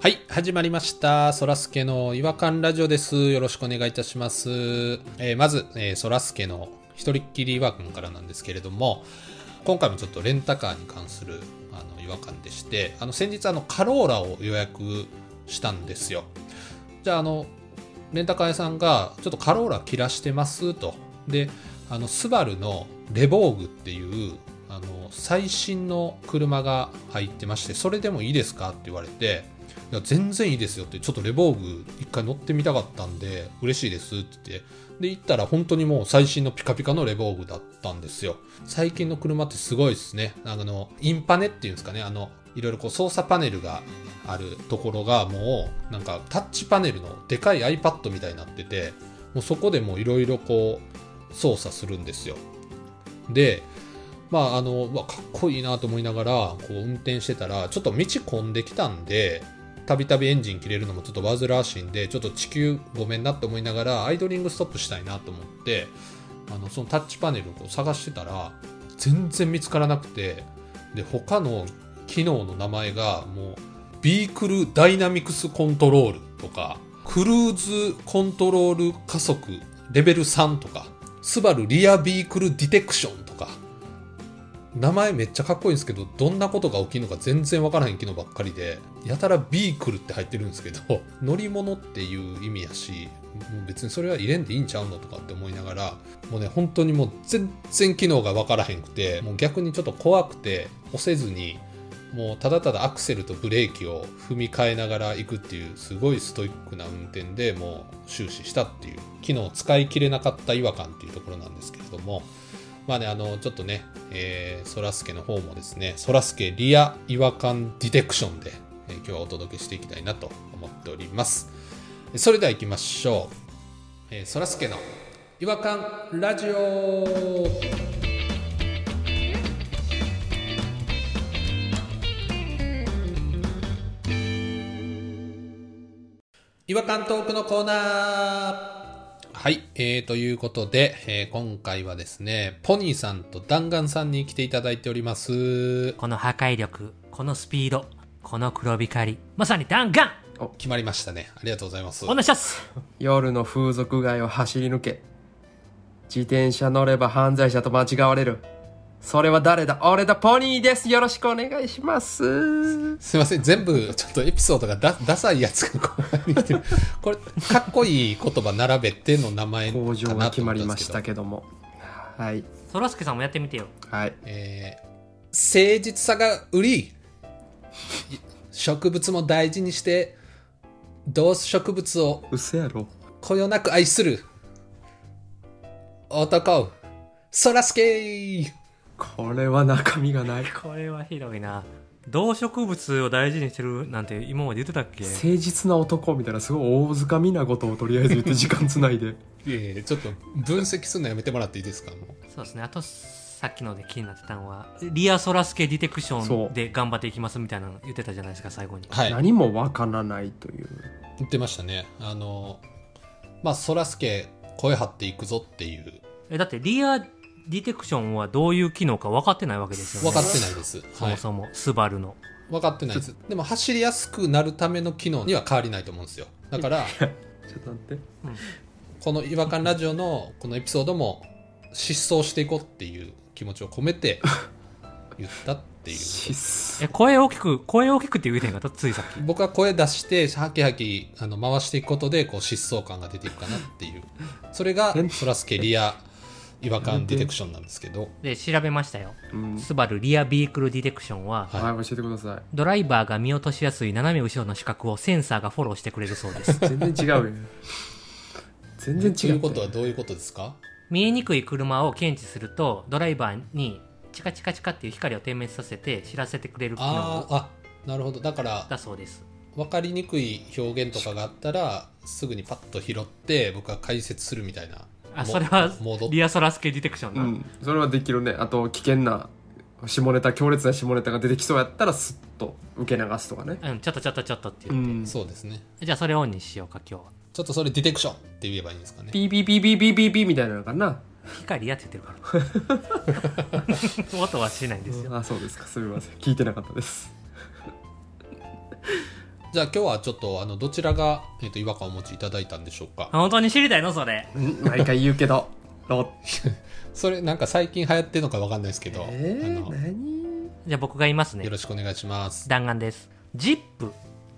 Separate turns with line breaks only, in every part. はい、始まりました。そらすけの違和感ラジオです。よろしくお願いいたします。えーまず、えーそらすけの一人っきり違和感からなんですけれども、今回もちょっとレンタカーに関するあの違和感でして、あの先日あのカローラを予約したんですよ。じゃあ、あの、レンタカー屋さんが、ちょっとカローラ切らしてますと。で、あの、スバルのレボーグっていう、あの、最新の車が入ってまして、それでもいいですかって言われて、いや、全然いいですよって、ちょっとレボーグ一回乗ってみたかったんで、嬉しいですって言って、で、行ったら本当にもう最新のピカピカのレボーグだったんですよ。最近の車ってすごいですね。あの、インパネっていうんですかね、あの、いろいろこう操作パネルがあるところがもうなんかタッチパネルのでかい iPad みたいになっててもうそこでもういろいろこう操作するんですよでまああのうわかっこいいなと思いながらこう運転してたらちょっと道混んできたんでたびたびエンジン切れるのもちょっと煩わしいんでちょっと地球ごめんなって思いながらアイドリングストップしたいなと思ってあのそのタッチパネルをこう探してたら全然見つからなくてで他の機能の名前がもうビークルダイナミクスコントロールとかクルーズコントロール加速レベル3とかスバルリアビークルディテクションとか名前めっちゃかっこいいんですけどどんなことが起きるのか全然わからへん機能ばっかりでやたらビークルって入ってるんですけど 乗り物っていう意味やしもう別にそれは入れんでいいんちゃうのとかって思いながらもうね本当にもう全然機能がわからへんくてもう逆にちょっと怖くて押せずにもうただただアクセルとブレーキを踏み替えながら行くっていうすごいストイックな運転でもう終始したっていう機能を使い切れなかった違和感っていうところなんですけれどもまあねあのちょっとねえーそらすけの方もですねそらすけリア違和感ディテクションで、えー今日はお届けしていきたいなと思っておりますそれでは行きましょう、えーそらすけの違和感ラジオ違和感トークのコーナーはい、えー、ということで、えー今回はですね、ポニーさんと弾丸さんに来ていただいております。
この破壊力、このスピード、この黒光り、まさに弾丸
決まりましたね。ありがとうございます。
お願いします
夜の風俗街を走り抜け自転車乗れば犯罪者と間違われるそれは誰だ俺だポニーですよろしくお願いします
すいません、全部、ちょっとエピソードがダダサいやつがここに来て る。これ、かっこいい言葉並べての名前かなと思
工
ったんですけ
場
ど
が決まりましたけどもはい
そらすけさんもやってみてよ。
はい
えー誠実さが売り植物も大事にして動植物を
嘘やろ
こよなく愛する男そらすけ
これは中身がない
これはひどいな。動植物を大事にしてるなんて今まで言ってたっけ
誠実な男みたいなすごい大塚みなことをとりあえず言って時間つ ないで
いやいやちょっと分析するのやめてもらっていいですかもう
そうですね。あと、さっきので気になってたのは、リアソラスケディテクショ
そ
ン
う
で頑張っていきますみたいなの言ってたじゃないですか、最後に。
はい
何もわからないという
言ってましたねあのまあそらすけ声張っていくぞっていう
え、だってリアディテクションはどういう機能か分かってないわけですよね。
分かってないです、はい、
そもそも、スバルの。
分かってないですでも走りやすくなるための機能には変わりないと思うんですよだから
ちょっと待って
この違和感ラジオのこのエピソードも失踪していこうっていう気持ちを込めて言ったっていう
失
え、声大きく、声大きくって言うてんかった、ついさっき。
僕は声出してハキハキあの回していくことでこう疾走感が出ていくかなっていうそれが
え
ソラスケリア違和感ディテクションなんですけど
で、調べましたよ。
うん
スバルリアビークルディテクションは、
は
はい教えてください
ドライバーが見落としやすい斜め後ろの視覚をセンサーがフォローしてくれるそうです
全然違 うよ全然違う
ということはどういうことですか
見えにくい車を検知するとドライバーにチカチカチカっていう光を点滅させて知らせてくれる機
あ
能
ーあなるほどだから
だそうです
分かりにくい表現とかがあったらすぐにパッと拾って僕は解説するみたいな
あ
も
それは
戻っ
リアソラス系ディテクション
う
だ、
ん、それはできるねあと危険な下ネタ強烈な下ネタが出てきそうやったらスッと受け流すとかね
うん、ちょっとちょっとちょっとって
う
いう、
ん
そうですね
じゃあそれオンにしようか今日は
ちょっとそれディテクションって言えばいいんですかね
ピーピーピーピーピーピーピーみたいなのかな
光やって言ってる から 音はしないんですよ
あそうですかすみません聞いてなかったです
じゃあ今日はちょっと、あの、どちらが、えっ、と、違和感をお持ちいただいたんでしょうか。
本当に知りたいのそれ。
うん毎回言うけど。ロ
それ、なんか最近流行ってるのかわかんないですけど、
え
あ
ー、
の、
何
じゃあ僕が言いますね
よ。ろしくお願いします。
弾丸です。ジップっ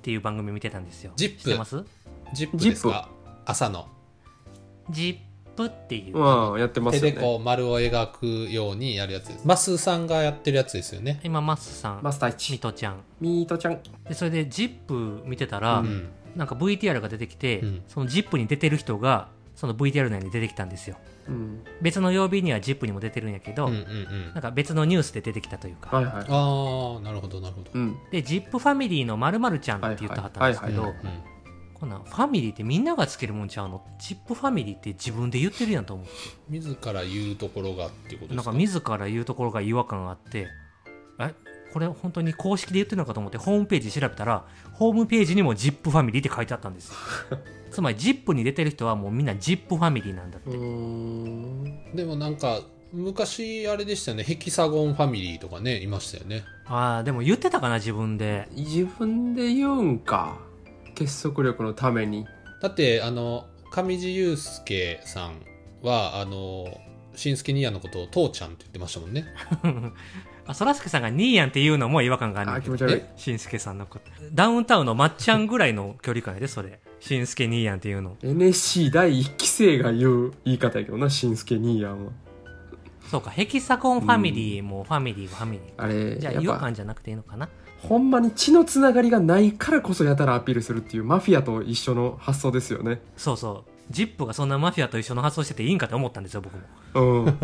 ていう番組見てたんですよ。
ジップ
知ってます
ジップですか朝の。
ジップっていう。
うん、やってます
手
よ
で
ね。
こう丸を描くようにやるやつです。マスさんがやってるやつですよね。
今、マッスさん、
マスター
ミ
1。
トちゃん。
ミートちゃん。
でそれでジップ見てたら、
うん。
なんか VTR が出てきて、
うん
そのジップに出てる人が、その VTR 内に出てきたんですよ。
うん。
別の曜日にはジップにも出てるんやけど、
うんうんうん。
なんか別のニュースで出てきたというか、
はいはい。
ああ、なるほどなるほど。
うん。
で、ジップファミリーのまるちゃんって言ってはったんですけ
はいは
ど
う
い、
ん
こんなんファミリーってみんながつけるもんちゃうのジップファミリーって自分で言ってるやんと思う
自ら言うところがっていうことで
なん
すか
か自ら言うところが違和感があってえこれ本当に公式で言ってるのかと思ってホームページ調べたらホームページにもジップファミリーって書いてあったん ですよつまりジップに出てる人はもうみんなジップファミリーなんだって、
うーん。
でもなんか昔あれでしたよねヘキサゴンファミリーとかねいましたよね
ああでも言ってたかな自分で
自分で言うんか。結束力のために。
だってあの上地雄介さんはあの新助兄やんのことを父ちゃんって言ってましたもんね
あそらすけさんがニーヤンって言うのも違和感があるん
あ、
だけ
気
ど
持ち悪い。
しんすけさんのことダウンタウンのまっちゃんぐらいの距離感やでそれしんすけニーヤンっていうの
NSC 第1期生が言う言い方やけどな、しんすけ兄やんは。
そうかヘキサコンファミリーもファミリーはファミリー
あれ、
じゃあ
やっ
違和
ぱ、
感じゃなくていいのかな
ほんまに血のつながりがないからこそやたらアピールするっていうマフィアと一緒の発想ですよね。
そうそうジップがそんなマフィアと一緒の発想してていいんかって思ったんですよ僕も
うん。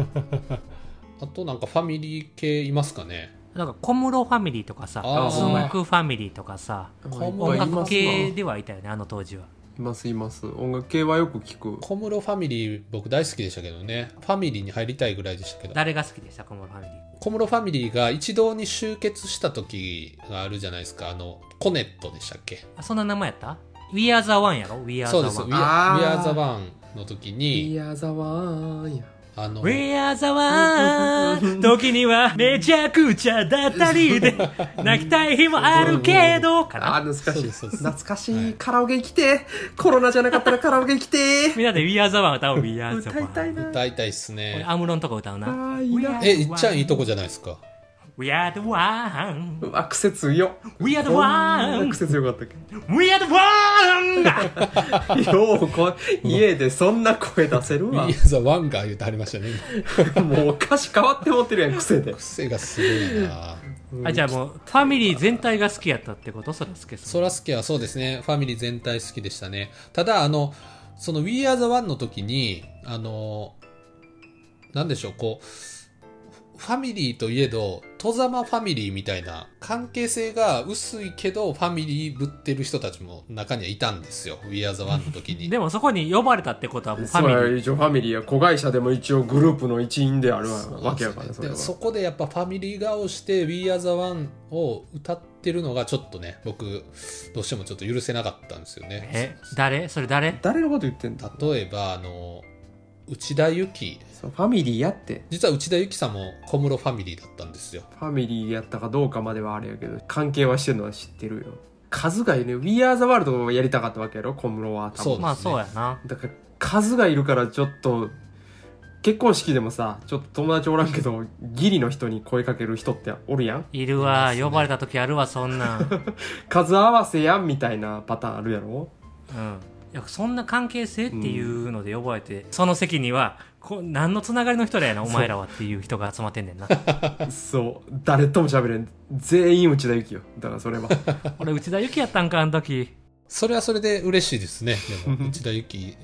あとなんかファミリー系いますかね
なんか小室ファミリーとかさ
あ
ー
スンクファミリーとかさ
こんばんは
音
い
楽系
い
ではいたよねあの当時は
ますいます音楽系はよく聞く
小室ファミリー僕大好きでしたけどねファミリーに入りたいぐらいでしたけど
誰が好きでした小室ファミリー
小室ファミリーが一堂に集結した時があるじゃないですかあのコネットでしたっけ
あそんな名前やった ?We are the one やろ ?We are
そう
the
です「We
one
Are,
あー
We are the One」の時に
We are the one や
あの
We are the one 時にはめちゃくちゃだった りで泣きたい日もあるけどか
あ
な
ー懐かし
そう
い
ですそうです
懐かし
はい
いカラオケ行きてコロナじゃなかったらカラオケ行きて
みんなで We are the one 歌おう We are the
歌いたい
one
な
大体っす
俺
ね
アムロのとこ歌う
あ
な
ーいいな
えいっちゃんいいとこじゃないですか
We are the one
うわ癖強よ
We are the
こんな
one!
癖強かったっ
We are the one!
けようこ家でそんな声出せ
「
る
We
わ
are the One」が言うてはりましたね今
もう歌詞変わって持ってるやん癖で
癖がすごいな
あじゃあもう、ファミリー全体が好きやったってことそらすけさん。
そらすけはそうですねファミリー全体好きでしたねただあのその「We Are the One」の時にあのなんでしょうこうファミリーといえど戸ざまファミリーみたいな関係性が薄いけどファミリーぶってる人たちも中にはいたんですよ「We Are the One」の時 に
でもそこに呼ばれたってことはもうファミリ
そ
ー。
れ一応ファミリーや子会社でも一応グループの一員である
そう
わけやから
です
そ
ね
れは
でそこでやっぱファミリー顔して「We Are the One」を歌ってるのがちょっとね僕どうしてもちょっと許せなかったんですよね
え、誰それ誰
誰のこと言ってんだ
例えばあの内田有紀
そうファミリーやって
実は内田有紀さんも小室ファミリーだったんですよ
ファミリーやったかどうかまではあれやけど、関係はしてるのは知ってるよ。数がいるね。We Are the World をやりたかったわけやろ、小室は。多分
そうですね
まあそうやな。
だから、数がいるからちょっと、結婚式でもさ、ちょっと友達おらんけど、ギリの人に声かける人っておるやん
いるわ
います、ね
呼ばれた時あるわ、そんなん。
数合わせやんみたいなパターンあるやろ
うん。いや、そんな関係性っていうので呼ばれて、その席には、こ何のつながりの人らやな、お前らはっていう人が集まってんねんな。
そう。誰とも喋れん。全員内田有紀よ。だからそ れは。
俺、内田有紀やったんか、あの時。
それはそれで嬉しいですねでも内田有紀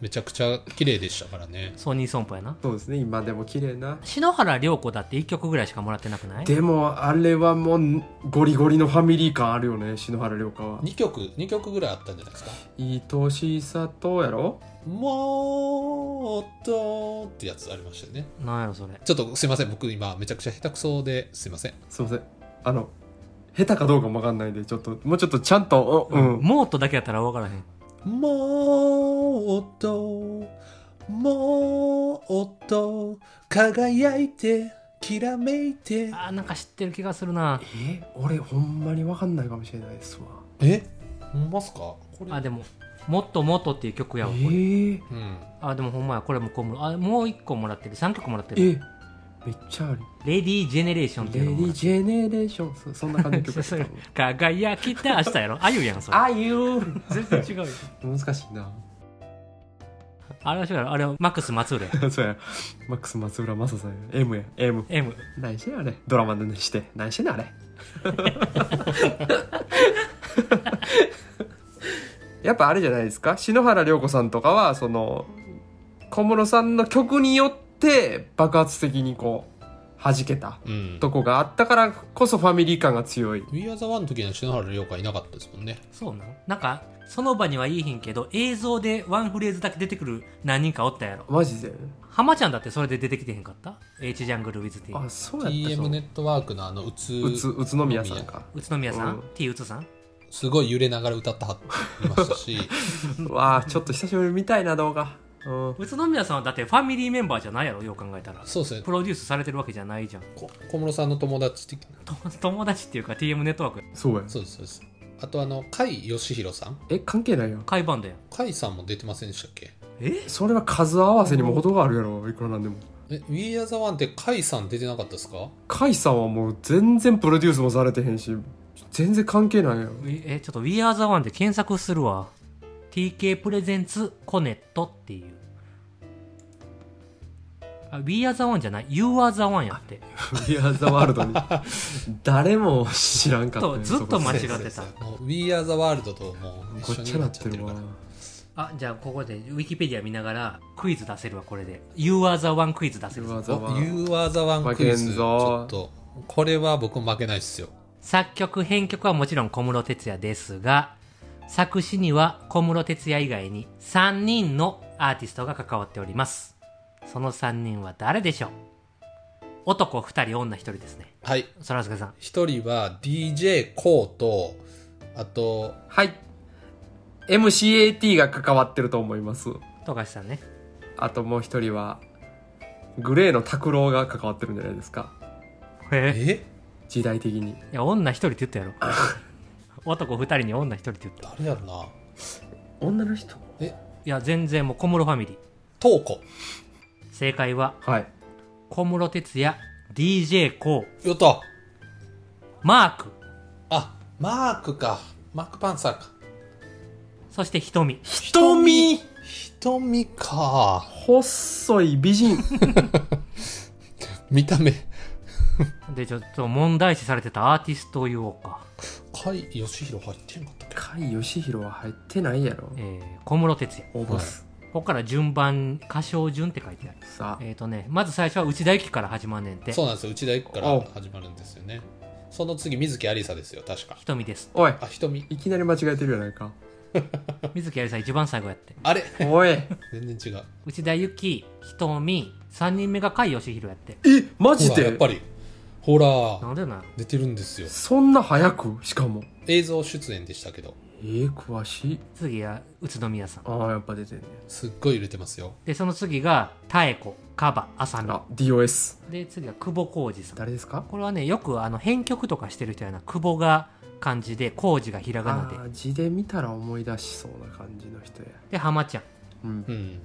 めちゃくちゃ綺麗でしたからね
ソニーソンポやな。
そうですね、今でも綺麗な。
篠原涼子だって1曲ぐらいしかもらってなくない
でも、あれはもう、ゴリゴリのファミリー感あるよね、篠原涼子は。
2曲2曲ぐらいあったんじゃないですか
愛しさとやろ
「もっと」ってやつありましたよね
なんやろ、それ。
ちょっとすいません僕今めちゃくちゃ下手くそですいません
すいませんあの下手かどうかもわかんないんでちょっともうちょっとちゃんとおうん、
モートだけやったら分からへん。
もっともっと輝いてきらめいて
あーなんか知ってる気がするな
え俺ほんまにわかんないかもしれないですわ
えほんますかこれ
あでも「もっともっと」っていう曲やわこれ、
え
うん
あでもほんまやこれ向こうもあもう一個もらってる3曲もらって
ええ
る
めっちゃある
「レディー・ジェネレーション」って
レ
い
デ
うのも
ィ
ら
ー
って
ジェネレーションそうそんな感じの曲
る
や
そ
っ
れ
た
輝きって明日やろあゆやんそれ
あゆー
全然違うよ
難しいな
あれは違うやろあれはマックス松浦や
そうやマックス松浦正さんや M や M
M
何してんのあれドラマでして何してんのあ れやっぱあれじゃないですか篠原涼子さんとかはその小室さんの曲によって爆発的にこう弾けた
うん
とこがあったからこそファミリー感が強い
We Are the One の時には篠原涼子はいなかったですもんね
そうなのなんかその場には言いひんけど映像でワンフレーズだけ出てくる何人かおったやろ
マジで
浜ちゃんだってそれで出てきてへんかった ?H ジャングルウィズティ
あ
ー
そうやった
TM
そう
ネットワークのあのうつ
宇都宇都宮さんか
宇都宮さ
うん
ん T 宇都さん
すごい揺れながら歌ってはりましたし
わあちょっと久しぶりに見たいな動画うん
宇都宮さんはだってファミリーメンバーじゃないやろよう考えたら
そうですね
プロデュースされてるわけじゃないじゃん
こ小室さんの友達的な
と 友達っていうか TM ネットワーク
そうや
そうですそうですあとあの甲斐義弘さん
え関係ないやん
海バンドやん
甲斐さんも出てませんでしたっけ
え
それは数合わせにも程があるやろいくらなんでも
え We Are the One って甲斐さん出てなかったですか
甲斐さんはもう全然プロデュースもされてへんし全然関係ないやろ
えちょっと We Are the One で検索するわ TK プレゼンツコネットっていうあ We Are the One じゃない You Are the One やって
「We Are the World」に 誰も知らんかったよ
ずっとずっと間違ってた
そこ
そうそうそうもう We Are the World ともう
ご
一緒
っ
に
ちゃな
な
っ
っちゃ
て
って
る
るか
わ
ら
あじゃあここでウィキペディア見ながらクイズ出せるわこれで You are the one クイズ出せる
You are the
お
World
You are the One
負
ク
け
イ
んぞ
ズちょっとこれは僕負けないっすよ
作曲編曲はもちろん小室哲哉ですが作詞には小室哲哉以外に3人のアーティストが関わっておりますその3人は誰でしょう男2人女1人ですね
はい
そらすけさん
一人は d j k o とあと
はい MCAT が関わってると思います
富樫さんね
あともう一人はグレーの拓郎が関わってるんじゃないですか
え
え
時代的に
いや女1人って言ったや ろ男2人に女1人って言ったい
誰やろな
女の人
や全然もう小室ファミリー
トーコ
正解は
はい
小室哲哉 d j k o
よっと
マーク
あマークかマークパンサーか
そして瞳
瞳
瞳か
細い美人
見た目
でちょっと問題視されてたアーティストを言おうか、
甲斐義弘入ってんかったっけ
甲斐義弘は入ってないやろ
えー、小室哲哉
応募す
ここから順番歌唱順って書いてある
さあ
えっ、ー、とねまず最初は内田有紀から始まんねんて
そうなんですよ内田行くか
お
ら
う
始まるんですよねその次水木有沙ですよ確か
瞳です
おい
あ瞳
いきなり間違えてるやないか
水木有りさん一番最後やって
あれ
おい
全然違う
内田有紀瞳3人目が甲斐義弘やって
えマジ
ほらやっ
で
ぱりほら
なんでな
出てるんですよ
そんな早くしかも
映像出演でしたけど
えー、詳しい
次は宇都宮さん
ああやっぱ出てんね
すっごい揺れてますよ
でその次が妙子カバ浅
あ
見
DOS
で次は久保浩二さん
誰ですか
これはねよくあの編曲とかしてる人やな久保が漢字で浩二がひらがなで
あー字で見たら思い出しそうな感じの人や
で浜ちゃん
うん
うん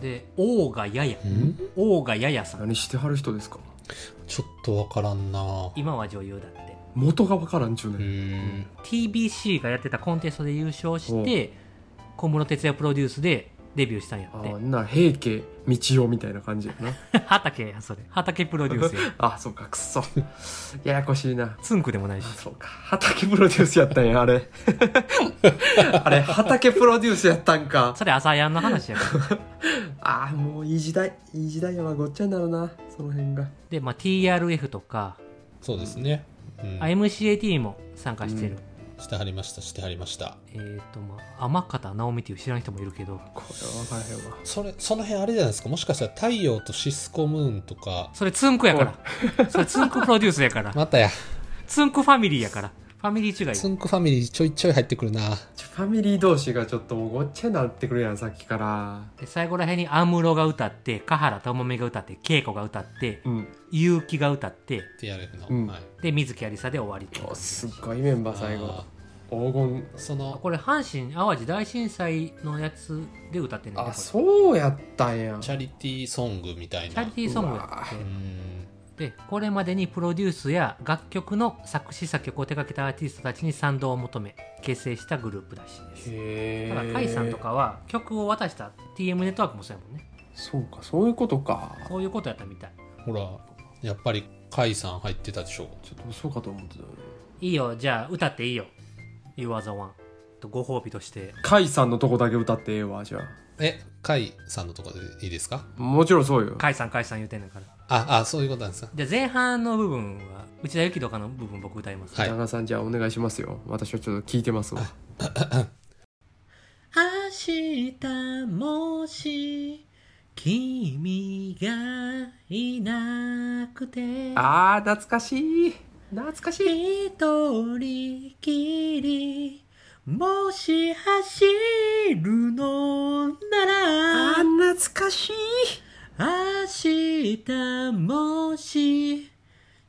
で王がやや
ん
王がややさん
何してはる人ですか
ちょっとわからんな
今は女優だって
元がわからんちゅう
う
ねん
ーん
TBC がやってたコンテストで優勝して小室哲哉プロデュースでデビューしたんや
あ
っ
ー
て
なら平家道夫みたいな感じや な
畑やそれ畑プロデュース や
あそうかくっそややこしいな
つんくでもないし
あそうか畑プロデュースやったんやあ れあれ畑プロデュースやったんか
それ朝やんの話や から
ああもういい時代いい時代やわごっちゃになるなその辺が
で、まあ、TRF とか、
そうですね、うん
あ、MCAT も参加してる、
してはりましたしてはりました
えっ、とまあ天方直美っていう知らん人もいるけど
これは分からへんわ
それその辺あれじゃないですかもしかしたら太陽とシスコムーンとか
それつんくやから それつんくプロデュースや から
またや
つんくファミリーやからファミリー違いよ
ツンクファミリーちょいちょい入ってくるな
ちょファミリー同士がちょっともうごっちゃになってくるやんさっきから
で最後らへんに安室が歌って華原朋美が歌って恵子が歌って
うん
結城が歌って
TRF の、
うん
はい
で水木有沙で終わり
おすっごいメンバー最後
あ
黄金
そ
あ
の
これ阪神・淡路大震災のやつで歌ってんねん
あ
ねこれ
そうやったんや
チャリティーソングみたい
チ
な
ャリティーソング
うわ
やって
うん
でこれまでにプロデュースや楽曲の作詞作曲を手掛けたアーティストたちに賛同を求め結成したグループらしいです
へ
ただ甲
え
斐さんとかは曲を渡した TM ネットワークもそうやもんね
そうかそういうことか
そういうことやったみたい
ほらやっぱり甲斐さん入ってたでしょ
ちょっとそうかと思ってたよね
いいよじゃあ歌っていいよ You are the one とご褒美として
甲斐さんのとこだけ歌ってええわじゃあ
え甲斐さんのとこでいいですか
もちろんそうよ
甲斐さん甲斐さん言うてんねんから
ああそういうことなんですか
じゃあ前半の部分は内田有紀とかの部分僕歌います
はい
田中さんじゃあお願いしますよ私はちょっと聞いてますわ
明日もし君がいなくて
あー懐かしい懐かしい
一人きりもし走るのな
あ
ら
ー懐かしい
明日もし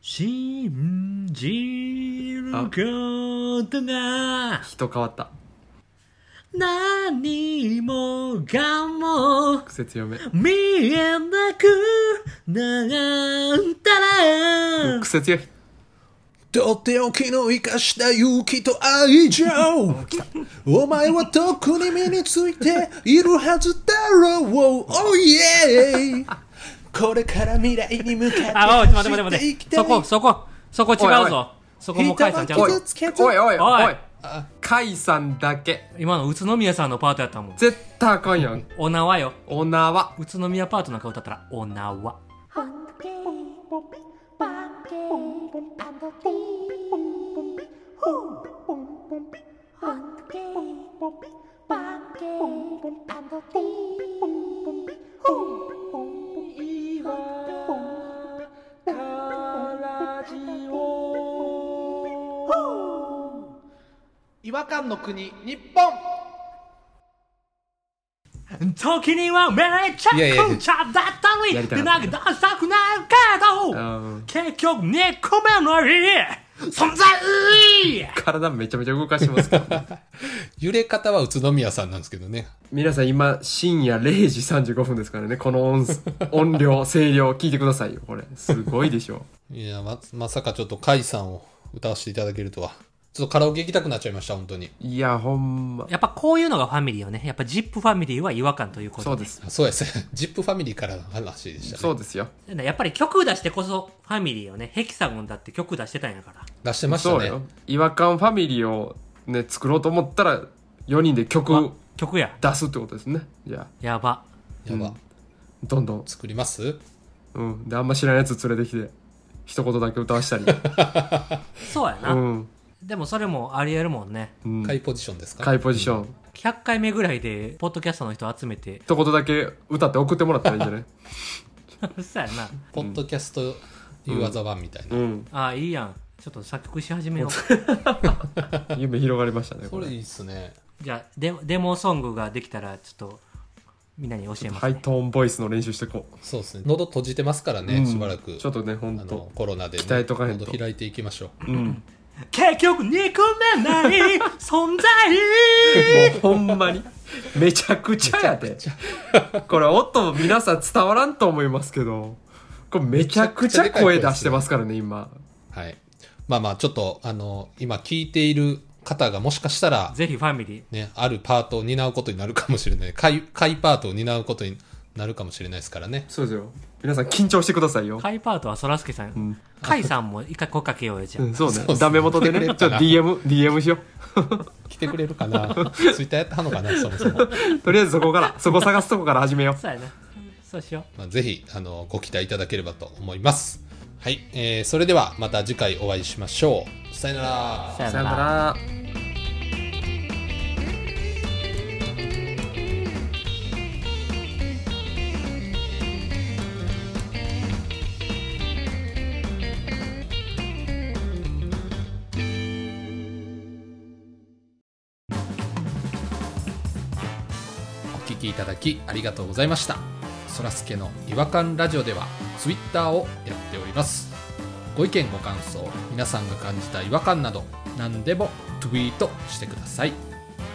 信じることが
人変わった
何もかも
苦節読め
見えなくなったら
苦節よ
とっておきの生かした勇気と愛 情お前はとっくに身についているはずだろうおいえこれから未来に向かって
あ、おい、待て待
走
て
っ
待
ていき
て。
た
そ
い
こ、そこ、そこ違
お
う
いおい
ぞ。そこもうカイさんちゃう
ひ
おい
た
ぞ
傷つけず
おいおい
お
お
い
い
あ
甲斐さんだけ
今の宇都宮さんのパートやったもん。
絶対あかんやん
お縄よ。
おなわ
宇都宮パートなんか歌ったら、お縄。
Hunky,
違和感の国日本
時にはめちゃ
いやいやい
く
や
ちゃだったり、
やりた
で
かっ
な
た
んか出したくなる
う
けど、
ん
結局、寝込めない存在
体めちゃめちゃ動かしてますからね
揺れ方は宇都宮さんなんですけどね
皆さん今深夜0時35分ですからねこの音す音量声量聞いてくださいよこれすごいでしょ
いやままさかちょっと甲斐さんを歌わせていただけるとはちょっとカラオケ行きたくなっちゃいました本当に
いやほんま
やっぱこういうのがファミリーよね。やっぱジップファミリーは違和感ということ
そうです
あそうですジップファミリーからの話でしたね
そうですよ
やっぱり曲出してこそファミリーよね。ヘキサゴンだって曲出してたんやから。
出してました
そう
ね
よ違和感ファミリーをね作ろうと思ったら4人で曲
あ曲や。
出すってことですねじゃあ
やば。
やば、
うんどんどん
作ります
うんであんま知らんやつ連れてきて一言だけ歌わしたり
そうやな。
うん
でもそれもありえるもんね。
うん
甲斐ポジションですか
買いポジション、
100回目ぐらいで、ポッドキャストの人集めて、
一言だけ歌って送ってもらったらいいんじゃない
そうやな。
ポッドキャスト You are the one みたいな、
うん
あ、いいやん。ちょっと作曲し始めよう。
夢広がりましたね
そ
こ
れ
れ
いいっすね
じゃあデ、デモソングができたら、ちょっと、みんなに教えます、ね。
ハイトーンボイスの練習してこ
そうですね喉閉じてますからね、
う、うん
しばらく
ちょっとね
あ
ほんと
のコロナで、ね、
鍛えとかへんと
喉開いていきましょう
うんも
結局、憎めない存在
うほんまにめちゃくちゃやでこれ音皆さん伝わらんと思いますけどこれめちゃくちゃ声出してますからね今
はいまあまあちょっとあの今聞いている方がもしかしたら
ぜひファミリー。
ねあるパートを担うことになるかもしれない回回パートを担うことになるかもしれないですからね
そうですよ皆さん緊張してくださいよ
カイパートはそらすけさん。カイさんも一回声かけようよ、じゃあ
うん、そうね
そうそう
ダメ元でねちょっと DM, DM しよ
来てくれるかな ツイッターやったのかなそもそも、
うとりあえずそこからそこ探すとこから始めよ
そうやな。そうしよ
まあ、ぜひあのご期待いただければと思いますはい、えーそれではまた次回お会いしましょうさよなら
う。さ
う
よ
さよ
な
な
ら。
ら
お聞きいただきありがとうございましたそらすけの違和感ラジオではツイッターをやっておりますご意見ご感想皆さんが感じた違和感など何でもツイートしてください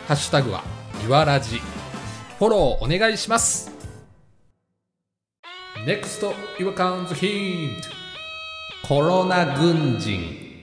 ハッシュタグはいわらじフォローお願いします NEXT 違和感ズヒントコロナ軍人